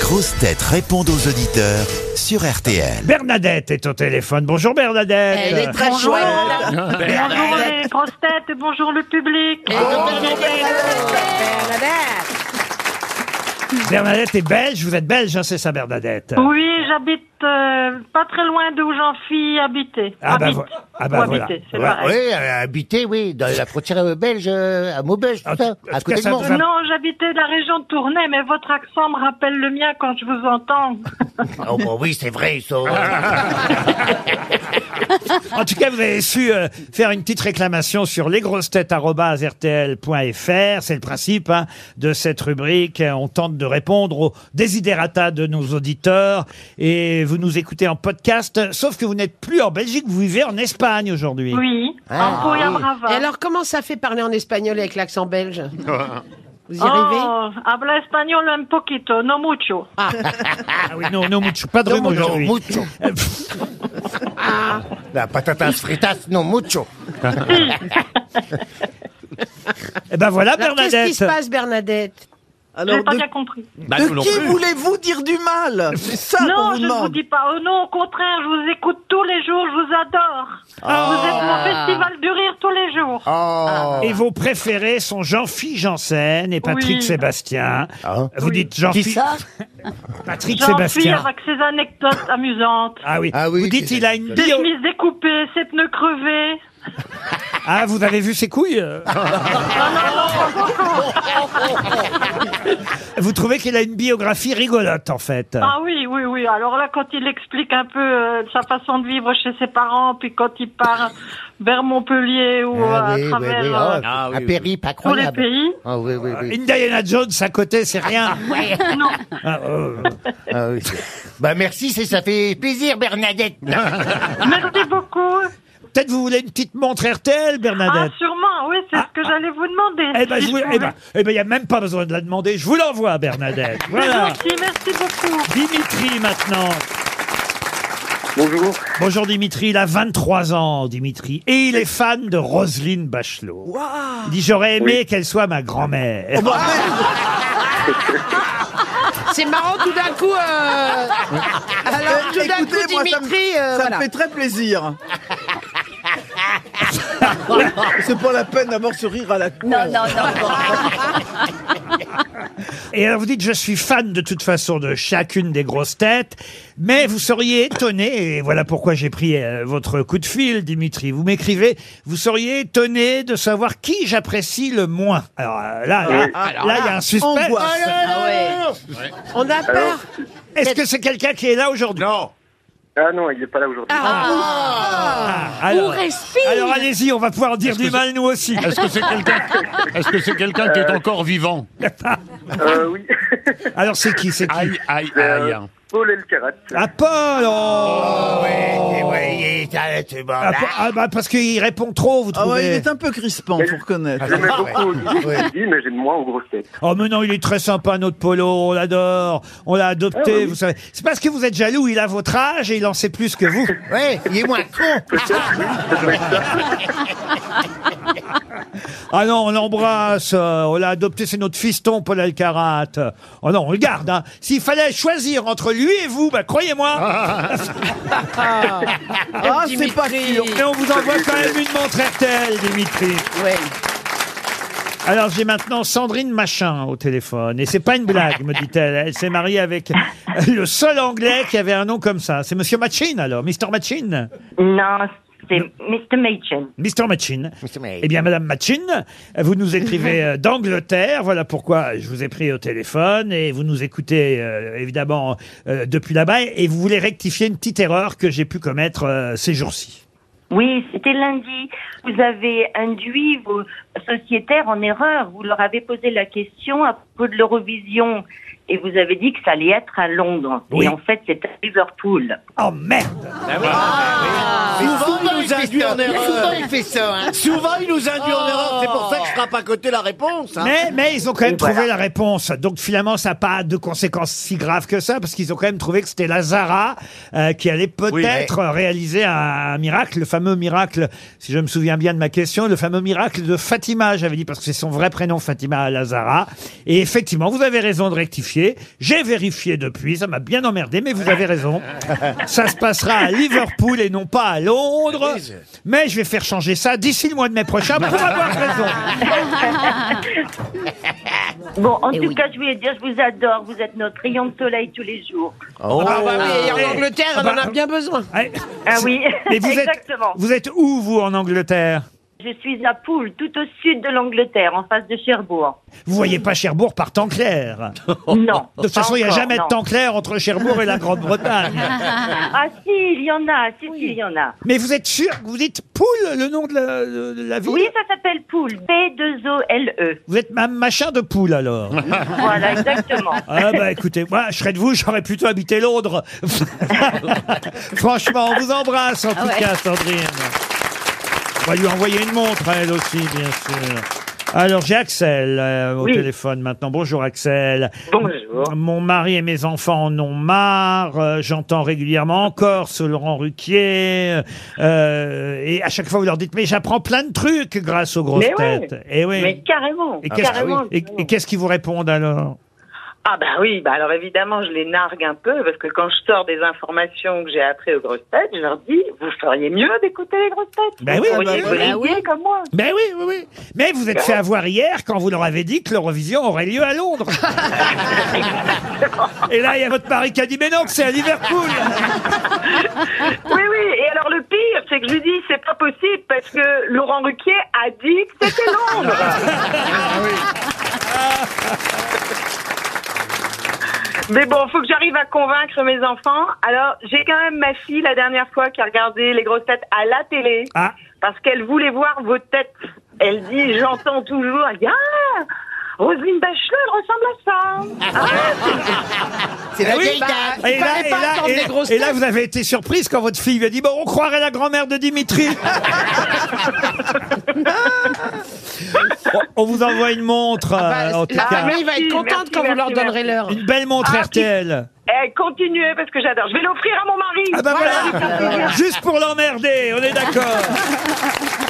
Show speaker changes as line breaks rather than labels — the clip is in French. grosses têtes répondent aux auditeurs sur RTL.
Bernadette est au téléphone. Bonjour Bernadette.
Elle est très
Bonjour,
chouette.
Bernadette.
Bonjour les grosses têtes, bonjour le public. Oh.
Bernadette est belge. Vous êtes belge, hein, c'est ça Bernadette
Oui, j'habite euh, pas très loin d'où j'en suis habité.
Ah bah
Habite.
vo- ah bah
Ou
voilà.
habité, c'est
Ouais,
pareil.
Oui, euh, habité, oui, dans la frontière euh, belge, euh, à Maubeuge,
En
tout ça,
tout- en
à
tout
côté
cas,
de
ça-
Mons.
ça-
Non, j'habitais la région de Tournai, mais votre accent me rappelle le mien quand je vous entends.
Oh, bon, oui, c'est vrai, ils sont...
Ah, En tout cas, vous avez su euh, faire une petite réclamation sur lesgrossetêtes.rtl.fr. C'est le principe hein, de cette rubrique. Euh, On tente de répondre aux désiderata de nos auditeurs. Et vous nous écoutez en podcast, sauf que vous n'êtes plus en Belgique, vous vivez en Espagne aujourd'hui.
Oui, en
Ah,
Poya
oui.
Brava.
Et alors, comment ça fait parler en espagnol avec l'accent belge Vous y arrivez
Oh, habla espagnol un poquito, no mucho.
Ah oui, non, non, mucho, pas de rhume
Non, mucho.
aujourd'hui.
Mucho. La patatas fritas, non, mucho.
Eh ben voilà,
Alors, Qu'est-ce qui
Bernadette.
se passe, Bernadette
Je n'ai
Alors,
pas
de,
bien compris.
Ah,
de
nous non
qui
plus.
voulez-vous dire du mal C'est ça qu'on
Non,
vous
je ne vous
demande.
dis pas. Oh non, au contraire, je vous écoute tous les jours, je vous adore. Vous êtes mon festival du rire tous les jours.
Oh,
Et vos préférés sont Jean-Philippe Janssen et Patrick
Oui.
Sébastien.
Ah.
Vous
Oui.
dites Jean-Philippe, Patrick
J'en suis
Sébastien.
avec ses anecdotes amusantes.
Ah oui.
Ah oui,
Vous dites
c'est-
il a une
Des
bio.
chemises découpées, ses pneus crevés.
Ah, vous avez vu ses couilles euh Vous trouvez qu'il a une biographie rigolote, en fait.
Ah oui, oui, oui. Alors là, quand il explique un peu euh, sa façon de vivre chez ses parents, puis quand il part vers Montpellier ou euh,
Ah
à
oui, oui, oui,
travers
oh,
euh,
Ah oui,
un
oui.
tous
périple
les
incroyable.
pays.
Ah oui, oui, oui.
Indiana Jones à côté, c'est rien.
Non.
Ah, euh,
Ah, oui, c'est- bah merci, c'est- ça fait plaisir, Bernadette.
Merci beaucoup.
Peut-être vous voulez une petite montre RTL,
Ah,
Bernadette
sûrement, oui, c'est
Ah,
ce que j'allais vous demander.
Eh ben,
si
je vous-
Ah, je
eh ben, eh ben, il n'y a même pas besoin de la demander. Je vous l'envoie, Bernadette.
pouvais.
Voilà.
Merci, merci beaucoup.
Dimitri maintenant. Bonjour. Bonjour Dimitri, il a 23 ans, Dimitri. Et il est fan de Roselyne Bachelot. Il dit J'aurais aimé qu'elle soit ma grand-mère.
Ah, C'est marrant tout d'un coup. euh, Alors, tout d'un coup,
Eh, Écoutez, moi, ça me,
Dimitri, euh,
ça me
voilà.
fait très plaisir. C'est pas la peine d'avoir ce rire à la con.
Non, non, non.
Et alors vous dites Je suis fan de toute façon de chacune des grosses têtes, mais vous seriez étonné, et voilà pourquoi j'ai pris euh, votre coup de fil, Dimitri. Vous m'écrivez Vous seriez étonné de savoir qui j'apprécie le moins. Alors euh, là, là,
Alors
là, il y a
là,
un suspect.
Angoisse.
Ah ouais. On a peur.
Est-ce que c'est quelqu'un qui est là aujourd'hui
Non.
Ah non, il n'est pas là aujourd'hui.
Ah, alors,
respire.
alors allez-y, on va pouvoir dire
que
du
c'est-
mal nous aussi.
Est-ce que c'est quelqu'un Est-ce que c'est quelqu'un qui est encore vivant
Euh, oui, Euh,
Alors c'est qui C'est qui
Aïe, aïe,
Ah,
aïe.
Paul Elkarat.
Ah, Paul oh
Et Ah ouais, et ça, c'est bon,
Ah,
là.
pa- ah, bah, parce qu'il répond trop, vous
Ah
trouvez
ouais, il est un peu crispant, faut reconnaître.
J'aimais
Ah, ouais.
beaucoup au début,
Ouais.
je dis, mais j'ai de moins aux grosses têtes.
Oh mais non, il est très sympa notre Polo, on l'adore, on l'a adopté, vous savez. C'est parce que vous êtes jaloux, il a votre âge et il en sait plus que vous.
Ouais, il est moins con.
Ah non, on l'embrasse, euh, on l'a adopté, c'est notre fiston Paul Alcarat. Oh non, on le garde. Hein. S'il fallait choisir entre lui et vous, bah croyez-moi,
Ah, c'est pas sûr.
mais on vous envoie quand même une montre RTL, Dimitri.
Ouais.
Alors j'ai maintenant Sandrine Machin au téléphone et c'est pas une blague me dit-elle. Elle s'est mariée avec le seul Anglais qui avait un nom comme ça. C'est Monsieur Machin alors, Mr Machin,
Non, c'est Mr. Machen.
Mr Machin.
Mais-
Eh bien Madame Machin, vous nous écrivez euh, d'Angleterre. Voilà pourquoi je vous ai pris au téléphone et vous nous écoutez euh, évidemment euh, depuis là-bas et vous voulez rectifier une petite erreur que j'ai pu commettre euh, ces jours-ci.
Oui, c'était lundi. Vous avez induit vos sociétaires en erreur. Vous leur avez posé la question à propos de l'Eurovision. Et vous avez dit que ça allait être à Londres.
Oui.
Et en fait, c'est à Liverpool.
Oh merde
Souvent, ils induit en erreur.
il fait ça, hein.
Souvent, il nous induit en erreur. C'est pour ça que je frappe à côté la réponse.
Ah.
hein.
Mais, mais ils ont quand même
Et
trouvé
voilà.
la réponse. Donc finalement, ça n'a pas de conséquences si graves que ça, parce qu'ils ont quand même trouvé que c'était Lazara euh, qui allait peut-être réaliser un, un miracle, le fameux miracle, si je me souviens bien de ma question, le fameux miracle de Fatima, j'avais dit, parce que c'est son vrai prénom, Fatima Lazara. Et effectivement, vous avez raison de rectifier. J'ai vérifié depuis, ça m'a bien emmerdé, mais vous avez raison. ça se passera à Liverpool et non pas à Londres. Mais je vais faire changer ça d'ici le mois de mai prochain pour avoir raison.
Bon, en
Eh
tout
oui.
cas, je voulais dire, je vous adore. Vous êtes notre rayon de soleil tous les jours.
Ah bah oui,
Eh.
en Angleterre,
Ah
on en
bah-
a bien besoin.
Ouais.
Ah oui,
Mais vous êtes,
exactement.
vous êtes où, vous, en Angleterre
Je suis à Poole, tout au sud de l'Angleterre, en face de Cherbourg.
Vous voyez pas Cherbourg par temps clair.
Non.
Oh. De toute façon, il n'y a jamais de temps
temps.
clair entre Cherbourg et la Grande-Bretagne.
Ah si, il y en a, si, si, il y en a.
Mais vous êtes sûr que vous dites Poule, le nom de la, de- de la ville
Oui, ça s'appelle Poole, P-2-O-L-E.
Vous êtes même machin de poule, alors
E. Voilà, exactement.
Ah bah écoutez, moi, je serais de vous, j'aurais plutôt habité Londres. Franchement, on vous embrasse,
Ah
en tout
ouais.
cas, Sandrine. On va lui envoyer une montre, à elle aussi, bien sûr. Alors, j'ai Axel euh, au
Oui.
téléphone maintenant. Bonjour, Axel.
Bonjour.
Mon mari et mes enfants en ont marre. euh, J'entends régulièrement encore ce Laurent Ruquier. euh, et à chaque fois, vous leur dites, mais j'apprends plein de trucs grâce aux grosses
Mais ouais.
têtes. Et oui.
Mais carrément,
et qu'est-ce
carrément.
et- et qu'est-ce qu'ils vous répondent alors
Ah bah oui, bah alors évidemment, je les nargue un peu parce que quand je sors des informations que j'ai apprises aux grosses têtes, je leur dis vous feriez mieux d'écouter les grosses têtes.
Ben oui,
vous auriez
bah
une
oui.
bonne idée comme moi.
Ben oui, oui, oui. Mais vous
Ben
êtes fait avoir hier quand vous leur avez dit que l'Eurovision aurait lieu à Londres. et là, il y a votre mari qui a dit, mais non, que c'est à Liverpool.
Oui oui, et alors le pire, c'est que je lui dis c'est pas possible parce que Laurent Ruquier a dit que c'était Londres. Mais bon, faut que j'arrive à convaincre mes enfants. Alors, j'ai quand même ma fille la dernière fois qui a regardé les grosses têtes à la télé.
Ah,
parce qu'elle voulait voir vos têtes. Elle dit, j'entends toujours, elle dit, ah, Roselyne Bachelot, elle ressemble à ça.
C'est la vieille dame.
et là,
fallait
et
pas
là,
attendre
et-
les grosses
et là, vous avez été surprise quand votre fille lui a dit, bon, on croirait la grand-mère de Dimitri. on, on vous envoie une montre,
Ah bah,
euh, en tout
la
cas.
famille va
Bah, Merci,
être contente
merci,
quand vous leur
merci,
donnerez l'heure.
Une belle montre
Ah,
RTL.
Eh, continuez, parce que j'adore. Je
ben
vais l'offrir à mon mari.
Ah bah voilà. Juste pour l'emmerder, on est d'accord.